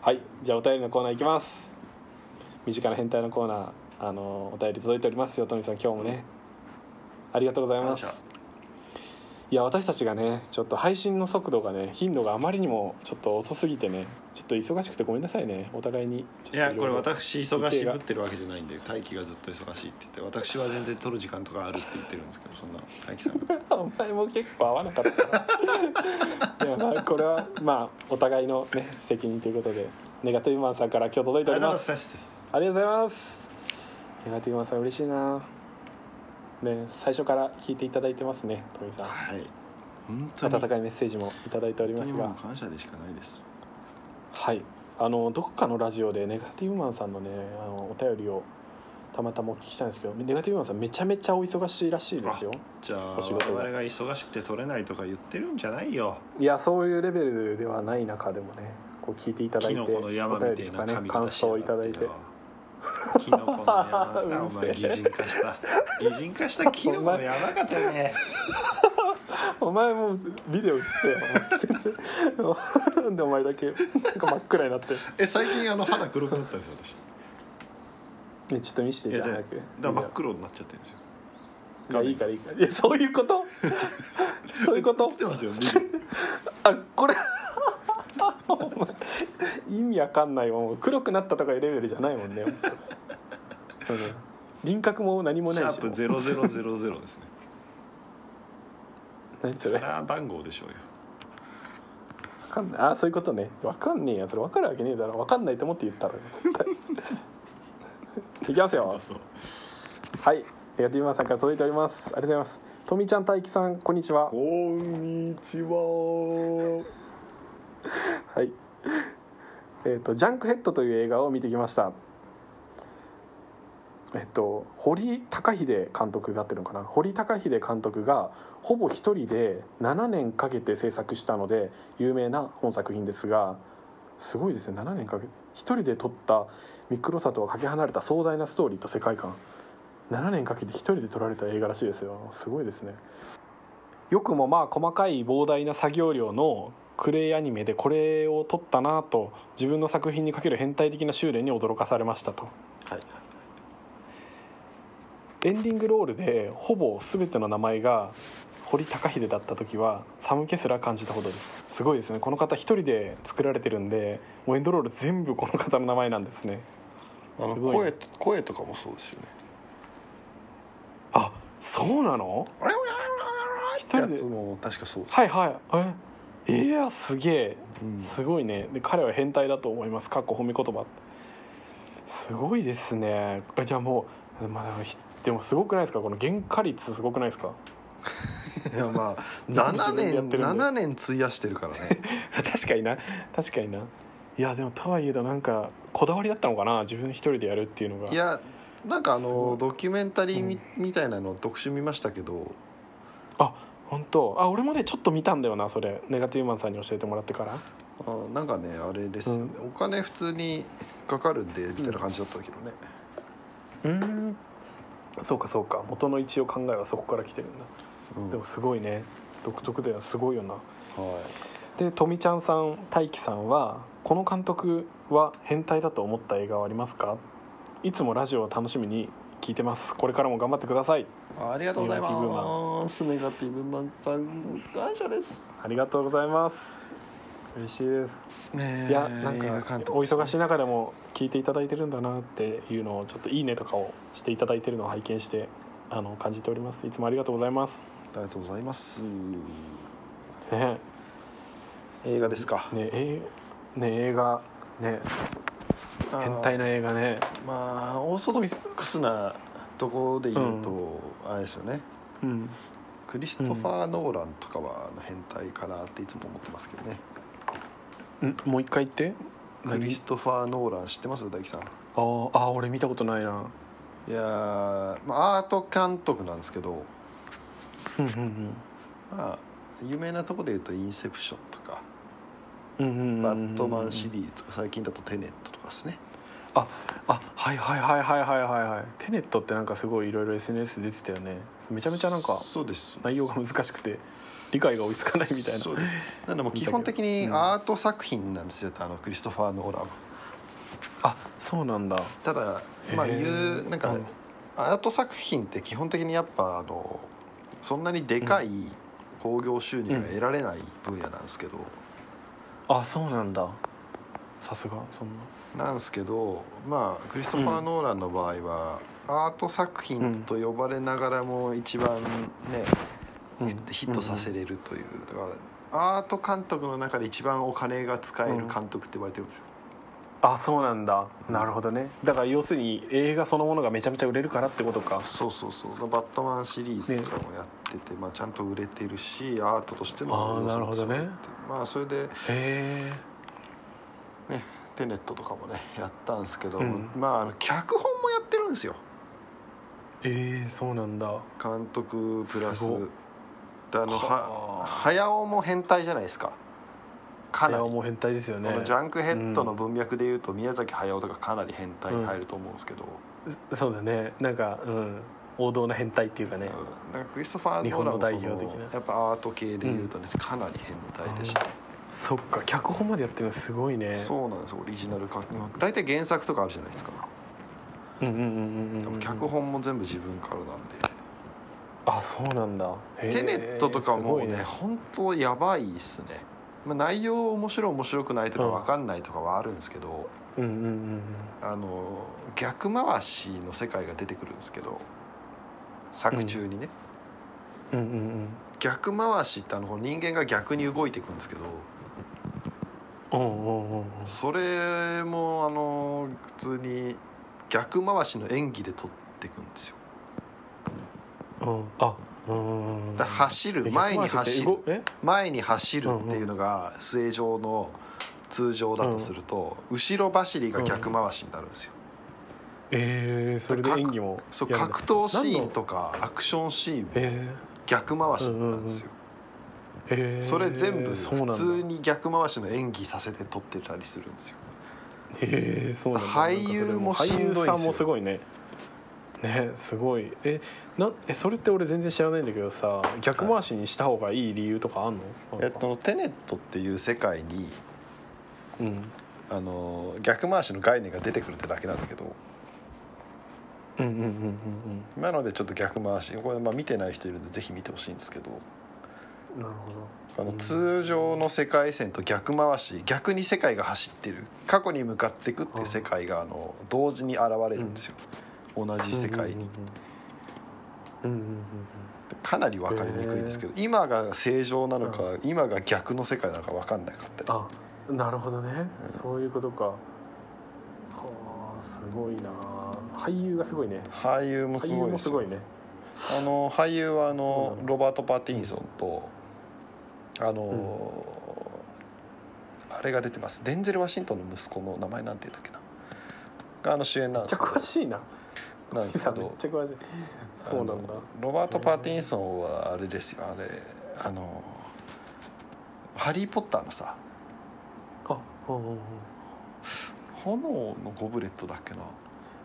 はいじゃあお便りのコーナー行きます身近な変態のコーナーあのーお便り届いておりますよ富さん今日もねありがとうございます
感謝
いや私たちがねちょっと配信の速度がね頻度があまりにもちょっと遅すぎてねちょっと忙しくてごめんなさいねお互いにちょっ
い
といろい
や
ろ
これ私忙しいぶってるわけじゃないんで大輝がずっと忙しいって言って私は全然撮る時間とかあるって言ってるんですけどそんな大輝さん が
お前も結構合わなかったないやまあこれはまあお互いのね責任ということでネガティブマンさんから今日届いてお
あ
り
な
ま
た
す
さしです
ありがとうございますネガティブマンさん嬉しいなね最初から聞いていただいてますね富さん
はい本当に
温かいメッセージもいただいておりま
本当
す
にもう
が
感謝でしかないです
はいあのどこかのラジオでネガティブマンさんのねあのお便りをたまたまお聞きしたんですけどネガティブマンさんめちゃめちゃお忙しいらしいですよ
じゃあ
お
我
仕事が
々が忙しくて撮れないとか言ってるんじゃないよ
いやそういうレベルではない中でもねこう聞いていただい
キ
て
ノコの山みたいな髪
感
型
想をいただいて
キノコの山あお
う
前
るせえ
擬人化した擬人化したキノコの山 形ね
お前もうビデオ映せよ全 然なんでお前だけなんか真っ暗になって
え最近あの肌黒くなったんですよ私
えちょっと見して
い
じ
や
ゃあ
じゃあ
早
だ
く
から真っ黒になっちゃってるんですよ
いやいいからいいからいやそういうこと そういうこと
映ってますよ見る
あこれ お前意味わかんないわもう黒くなったとかいうレベルじゃないも んね、うん輪郭も何も
シ
な
ャ
い
ー
し
プゼロゼロゼロゼロ ですね。
何そ
カ
れ
ラー番号でしょうよ。
わかんないあそういうことねわかんねえやそれわかるわけねえだろわかんないと思って言ったろ絶対いきますよ
あそう。
はいネガティブマンさんから届いておりますありがとうございますとみちゃん大輝さんこんにちは
こんにちは
はいえっ、と「ジャンクヘッド」という映画を見てきましたえっ、と堀高秀監督だってるのかな堀高秀監督がほぼ一人で7年かけて制作したので有名な本作品ですがすごいですね7年かけ一人で撮ったミクロサとはかけ離れた壮大なストーリーと世界観7年かけて一人で撮られた映画らしいですよすごいですねよくもまあ細かい膨大な作業量のクレイアニメでこれを撮ったなと自分の作品にかける変態的な修練に驚かされましたと
はい
エンディングロールでほぼ全ての名前が堀高秀だった時は寒気すら感じたほどですすごいですねこの方一人で作られてるんでもうエンドロール全部この方の名前なんですね
あの
すごい
声声とかもそうですよね
あそうなの
あれ
一
や
人で
つも確かそうです、
はいはいえいやすげえ
うん
すごいねで彼は変態だと思いますかっこ褒め言葉すごいですねあじゃあもう、まあ、ひでもすごくないですかこの原価率すごくないですか
いやまあ
自
7
分でやってるん
年
で
7年費やしてるからね
確かにな確かにないやでもとはいえどなんかこだわりだったのかな自分一人でやるっていうのが
いやなんかあ
すご
の
い
ドキュメンタリーみ,、たいなの特集見ましたけど
本当あ俺もねちょっと見たんだよなそれネガティブマンさんに教えてもらってから
あなんかねあれですよね、お金普通にかかるんでみたいな感じだったけどね、
うーんそうかそうか元の一応考えはそこから来てるんだ
うん
でもすごいね独特だよすごいよな
は
で富ちゃんさん大輝さんは「この監督は変態だと思った映画はありますか?」「いつもラジオを楽しみに聞いてますこれからも頑張ってください
ありがとうございますネガティブマンさん感謝です」
ありがとうございます嬉しいです
ねえ
いやなん
映画
か
監督
お忙しい中でも聞いていただいてるんだなっていうのをちょっと「いいね」とかをしていただいてるのを拝見してあの感じておりますいつもありがとうございます、
ありがとうございます
ね
映画ですか
ねえーね映画ね変態の映画ね
まあオーソドックスなところで言うと、あれですよね
うん
クリストファー・ノーランとかはあの変態かなっていつも思ってますけどね、
んもう一回言って
クリストファー・ノーラン知ってます大樹さん
あーあー俺見たことないない
やーまあアート監督なんですけど
うんうん
まあ有名なとこで言うと「インセプション」とか
うんうんうんう
「
ん
バットマン」シリーズとか最近だと「テネット」とかですね
あはいはいはいはいはいはいはいテネットってなんかすごいいろいろ SNS で出てたよねめちゃめちゃなんか
そうです
内容が難しくて理解が追いつかないみたいな
そうですなのでもう基本的にアート作品なんですよ、あのクリストファー・ノーランは
あそうなんだ
ただまあ
へ
言
ー
うなんか
うん
アート作品って基本的にやっぱあのそんなにでかい興行収入が得られない分野なんですけど、
あそうなんださすがそんな
なんですけどまあクリストファー・ノーランの場合は、アート作品と呼ばれながらも一番ね、
うん
ヒットさせれるというだからアート監督の中で一番お金が使える監督って言われてるんですよ、
あそうなんだなるほどねだから要するに映画そのものがめちゃめちゃ売れるからってことか
そうそうそうバットマンシリーズとかもやってて、まあ、ちゃんと売れてるしアートとしての
あーなるほどね
要素も使ってまあそれで
へえ
テネットとかもねやったんですけど、
うん
まああの脚本もやってるんですよ
えー、そうなんだ
監督プラス
すごっ
であの
は
は
あ
早尾も変態じゃないですかかなり
いやもう変態ですよね
このジャンクヘッドの文脈でいうと、宮崎駿とかかなり変態に入ると思うんですけど、
そうだねなんか、うん、王道な変態っていうかね、
うんなんかクリストファー・ノーランもその
日本の代表的な
やっぱアート系でいうとね、かなり変態でした、
そっか脚本までやってるのすごいね
そうなんですよオリジナル書き大体原作とかあるじゃないですか
うんうんうんうん
で
うん
も脚本も全部自分からなんで、
あそうなんだへー
テネットとかも
すごい
ね本当やばいっすね、まあ、内容面白い面白くないとか
うん
分かんないとかはあるんですけど、
うんうんうん
あの逆回しの世界が出てくるんですけど作中にね、
うんうんうん
逆回しってあの人間が逆に動いていくんですけど
うんうんうんうんうん
それもあの普通に逆回しの演技で撮っていくんですよ
うんあうんうんうん
だから走る前に走る
逆回しって動え
前に走るっていうのが末上の通常だとすると、後ろ走りが逆回しになるんですよ、
えー、それで演技も
そう
やるんだ
格闘シ
何
ー
の
ンとかアクションシーンも
え
逆回しなんですよ、
ー、えー、
それ全部
そうなん
普
だ
通に逆回しの演技させて撮ってたりするんですよ
へえそうなんだ
俳優もしんどいんで
俳優
すよ
さんもすごいねねすごいえなえそれって俺全然知らないんだけどさ逆回しにした方がいい理由とかあんの、
えっとテネットっていう世界に
うん
あの逆回しの概念が出てくるってだけなんだけど
うんうんうん
なのでちょっと逆回しこれまあ見てない人いるんでぜひ見てほしいんですけど
うんうんなる
あ
う
の
ん
通常の世界線と逆回し逆に世界が走ってる過去に向かっていくっていう世界があの同時に現れるんですよ、同
ほ
じ
ど
世界に
うんうんうんうん
かなり分かりにくいですけど今が正常なのか今が逆の世界なのか分かんなかったり
あなるほどね、
うん
そういうことかはあすごいな俳優がすごいね
俳優もす
俳優
ごい
も
ですす
ご
よ
いね
あの俳優はあ
そう
の
なんだ
ロバート・パティンソンとあのあれが出てますデンゼル・ワシントンの息子の名前なんていうんだっけながあの主演なん
めっ
で
ちゃ
すけ
詳しいな
どなん
めっ
です
ちゃ
けど
詳しいそうなんだ
あのロバート・パーティンソンはあれですよあれあの「ハリー・ポッター」のさ
あうんうんうん
「炎のゴブレット」だっけな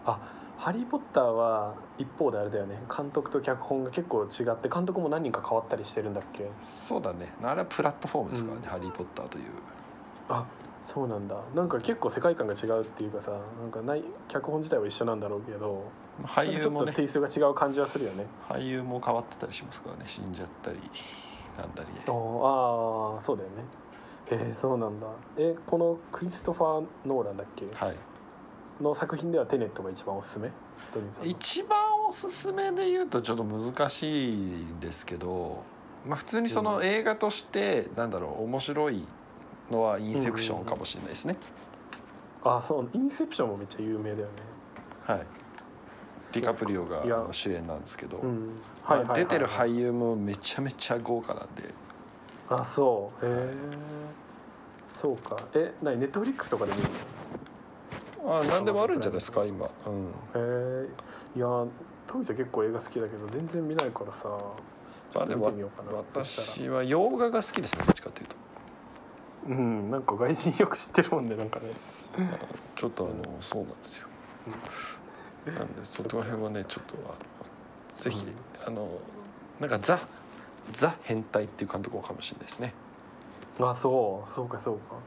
あハリー・ポッターは一方であれだよね監督と脚本が結構違って監督も何人か変わったりしてるんだっけ
そうだねあれはプラットフォームですからね「
うん
ハリー・ポッター」という
そうなんだなんか結構世界観が違うっていうかさなんかない脚本自体は一緒なんだろうけど
まあ俳
なんか
優も
ちょ
ね
っとテイストが違う感じはするよね
俳優も変わってたりしますからね死んじゃったりなんだりね
おああそうだよねへえそうなんだえこのクリストファー・ノーランだっけ
はい
の作品ではテネットが一番おすすめドミさんの
一番おすすめで言うとちょっと難しいんですけど、まあ、普通にその映画としてなんだろう面白いのは「インセプション」かもしれないですね、
あそうインセプションもめっちゃ有名だよね
はいディカプリオがあ
いや
の主演なんですけど、
うん
まあ出てる
はい
俳優もめちゃめちゃ豪華なんで
あそうへえそうかえ何ネットフリックスとかで見るの
あ何でもあるんじゃないですか今、うん、
へえいやトミちゃん結構映画好きだけど全然見ないからさちょ
あ
っ
で
と
も
見てみようかなそしたら
私は洋画が好きですねどっちかというと
うんなんか外人よく知ってるもんねなんかね
ちょっとあのそうなんですよなんでそこら辺はねちょっとあのぜひ、
うん
あのなんかザザ変態っていう監督かもしれないですね、
あそうそうかそうか
は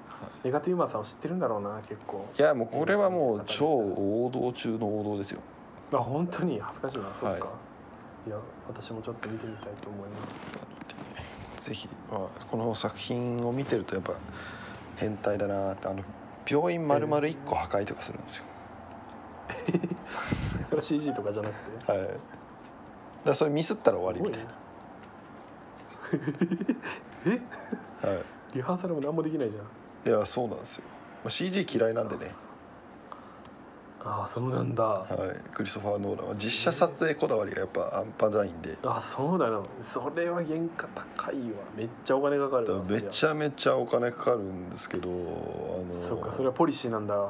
い
ネガティブマンさんを知ってるんだろうな結構
いやもうこれはもう超王道中の王道ですよ
あ本当に恥ずかしいなそうか、
はい
い、や私もちょっと見てみたいと思います
ぜひ、まあ、この作品を見てるとやっぱ変態だなってあの病院丸々一個破壊とかするんですよ、
それは CG とかじゃなくて
はいだからそれミスったら終わりみたいな
え
は
リハーサルも何もできないじゃん
いいやそうなんですよ、まあ、CG 嫌いなんでね
あそうなんだ
はい、クリストファー・ノーランは実写撮影こだわりがやっぱ半端ないんで
あそうなのそれは原価高いわめっちゃお金かかるわ
め
ゃ
ちゃめちゃお金かかるんですけどあの
そうかそれはポリシーなんだ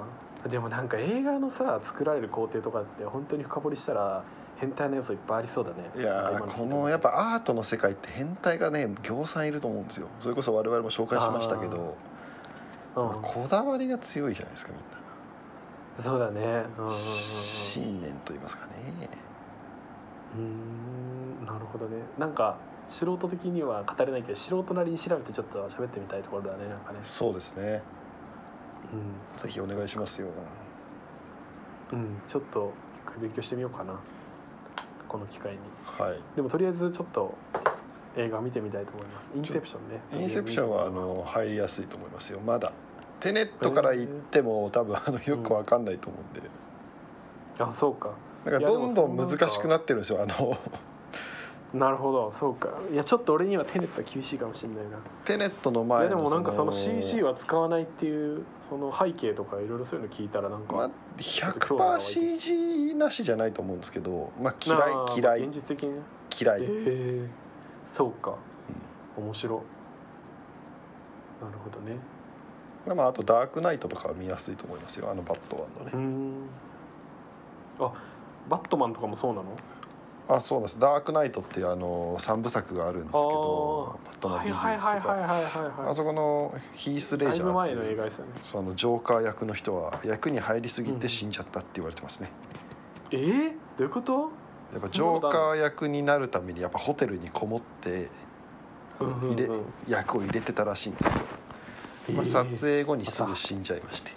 でもなんか映画のさ作られる工程とかって本当に深掘りしたら変態な要素いっぱいありそうだね
いやーこのやっぱアートの世界って変態がねぎょうさんいると思うんですよそれこそ我々も紹介しましたけど
ぱ
まあこだわりが強いじゃないですかみんな、
そうだねうんうんうんうん
信念と言いますかね
うーんなるほどねなんか素人的には語れないけど素人なりに調べてちょっと喋ってみたいところだねなんかね
そうですね
うん
ぜひお願いしますよ
うんちょっと一回勉強してみようかなこの機会に
はい
でもとりあえずちょっと映画見てみたいと思いますインセプションね
インセプションはあの入りやすいと思いますよまだテネットから行っても多分あのよくわかんないと思うんで、
あそうか
なんかどんどん難しくなってるんですよあの
なるほどそうかいやちょっと俺にはテネットは厳しいかもしれないな
テネットの
い
前
やで
の
もなんかその CG
は
は使わないっていうその背景とかいろいろそういうの聞いたらなんか、
まあ 100%CG なしじゃないと思うんですけど、まあ、嫌い
なあ
嫌い
現実的にね
嫌い、
ええそうか面白なるほどね
うんまあ、あと「ダークナイト」とかは見やすいと思いますよあのバットマンのね
う、んあバットマンとかもそうなの
あそうなんです「ダークナイト」ってあの3部作があるんですけどバットマン
はい
ビギンズ
はい
と
はいはい
か
はいはい
あそこのヒース・レ
だい
ジャ
ぶ
ーっ
前
て
の
い
映
う
画ですよね
そのジョーカー役の人は役に入りすぎて死んじゃったって言われてますね、
えー、どういうこと
やっぱジョーカー役になるためにやっぱホテルにこもってあの
うんうんうん
入れ役を入れてたらしいんですけど、まあ、撮影後にすぐ死んじゃいまして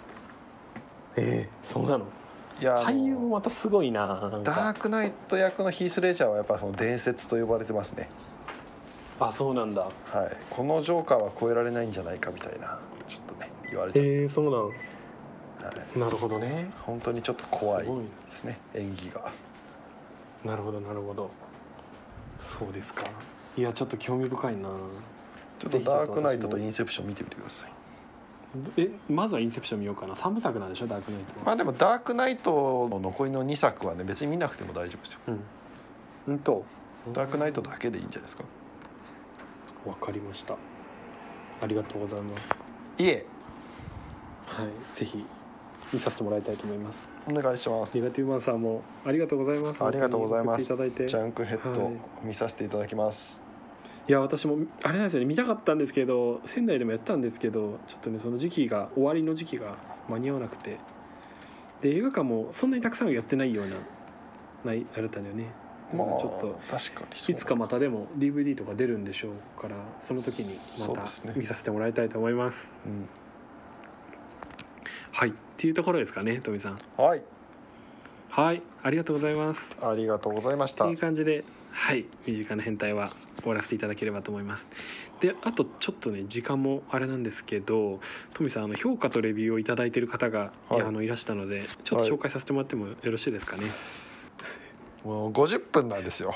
えー、そうなの
いやあ
俳優も
の
またすごいななん
ダー
か
クナイト役のヒース・レジャーはやっぱその伝説と呼ばれてますね、
あそうなんだ
はい、このジョーカーは超えられないんじゃないかみたいなちょっとね言われちゃう、
えー、そうな
はい、
のなるほどね
本当にちょっと怖い
すごい
ですね演技が
なるほどなるほどそうですかいやちょっと興味深いな
ちょっとダークナイトとインセプション見てみてください
えまずはインセプション見ようかな三部作なんでしょダークナイトは
まあでもダークナイトの残りの2作はね別に見なくても大丈夫ですよ
うんうんと
ダークナイトだけでいいんじゃないですか
わかりましたありがとうございます
いえ
はいぜひ見させてもらいたいと思います
お願いします
ネガティブマンさんもありがとうございます
ありがとうございます
本当に送ってい
ジ
た
ャ
だいて
ンクヘッド
はい
見させていただきます、
いや私もあれなんですよね見たかったんですけど仙台でもやってたんですけどちょっとねその時期が終わりの時期が間に合わなくてで映画館もそんなにたくさんはやってないようなないあれだったんだよねだ
ま
から
あ
ちょっと
確かにそう
いつかまたでも DVD とか出るんでしょうからその時にま
そう
た
ですね
見させてもらいたいと思います
うん
はいっていうところですかね富さん
はい
はいありがとうございます
ありがとうございました
っていう感じではい身近な変態は終わらせていただければと思いますであとちょっとね時間もあれなんですけどトミさんあの評価とレビューを頂いただいてる方が、
はい
いやあのいらしたのでちょっと紹介させてもらってもよろしいですかね、
もう50分なんですよ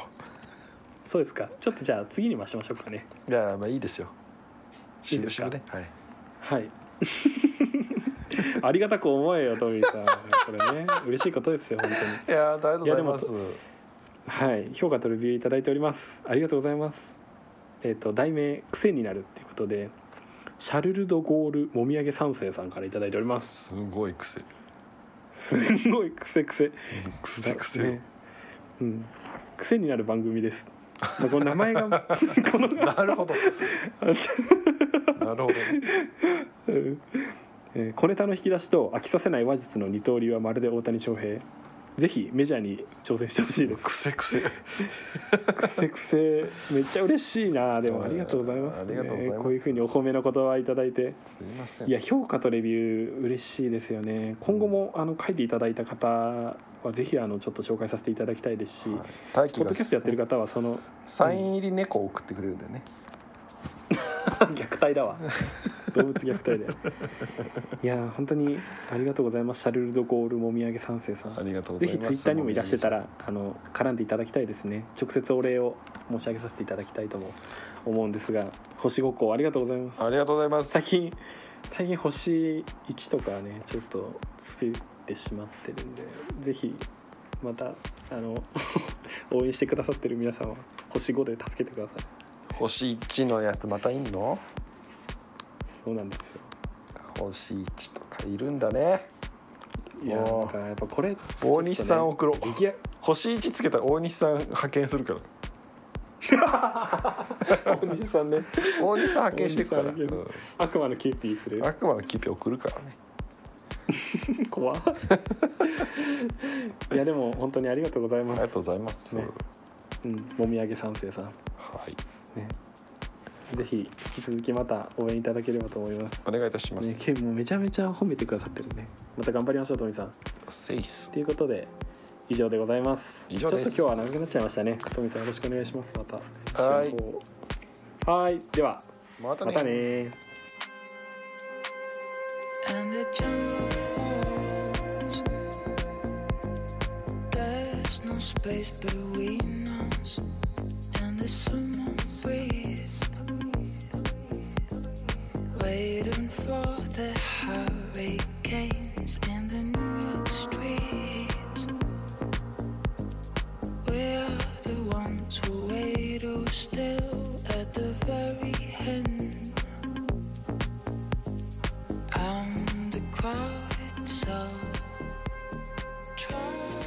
そうですかちょっとじゃあ次に回しましょうかね
いやまあいいですよ
い
し
いん
ぶ
で
し
す
ぶ
か
ねはい
はい ありがたく思えよトミーさんこれね嬉しいことですよ本当に
いやーありがとうございます
はい、評価とレビューいただいております。ありがとうございます。えっ、と題名癖になるということで、シャルルドゴールもみあげ三世さんからいただいております。
すごい癖
すんごい癖癖。
癖癖、
ねうん、癖になる番組です。まあ、この名 前がこの
なるほどなるほど
うんえー小ネタの引き出しと飽きさせない話術の二刀流はまるで大谷翔平。ぜひメジャーに挑戦してほしいです。
癖癖
癖癖めっちゃ嬉しいなでもありがとうございます、
ありがとうございます
こういうふうにお褒めの言葉いただいて
すいません
いや評価とレビュー嬉しいですよね今後もあの書いていただいた方はぜひあのちょっと紹介させていただきたいですし、
はい大輝
ポッ
が
ドキャストやってる方は その
サイン入り猫を送ってくれるんだよね
虐待 だわ動物虐待でいや本当にありがとうございますシャルルド・ゴールもみあげ三世さん
ありがとうご
ぜ
ざい
ひ
ます
ツイッターにもいらしてたらあの絡んでいただきたいですね直接お礼を申し上げさせていただきたいとも思うんですが星5個ありがとうございます
ありがとうございます
最近最近星1とかねちょっとつけてしまってるんでぜひまたあの 応援してくださってる皆さんは星5で助けてください
星1のやつまたいんの
そうなんですよ
星1とかいるんだね
いや
お
な
ー
んかやっぱこれ
大西さん
を
送ろう
出来上
星1つけたら大西さん派遣するから
が大西さんね
大西さん派遣してくから、
大西さん派
う
悪魔のキューピーする
ん悪魔のキピ送るからね
怖いやでも本当にありがとうござい
あ
ま
り
す
がとうございます、
ねうん、もみあげ三世さん
はい
ぜひ引き続きまた応援いただければと思います
お願いいたします、
ね、ケンもめちゃめちゃ褒めてくださってるねまた頑張りましょうトミさん
セイス
ということで以上でございます
以上です
ちょっと今日は長くなっちゃいましたねトミさんよろしくお願いしますまた
はい
はいでは
また
ま
ね
たね
And the jungle falls. There's no space between us. And the summer breeze. Waiting for the hurricanes in the New York streets. We're the ones who wait oh still at the very end. I'm the crowd itself. Try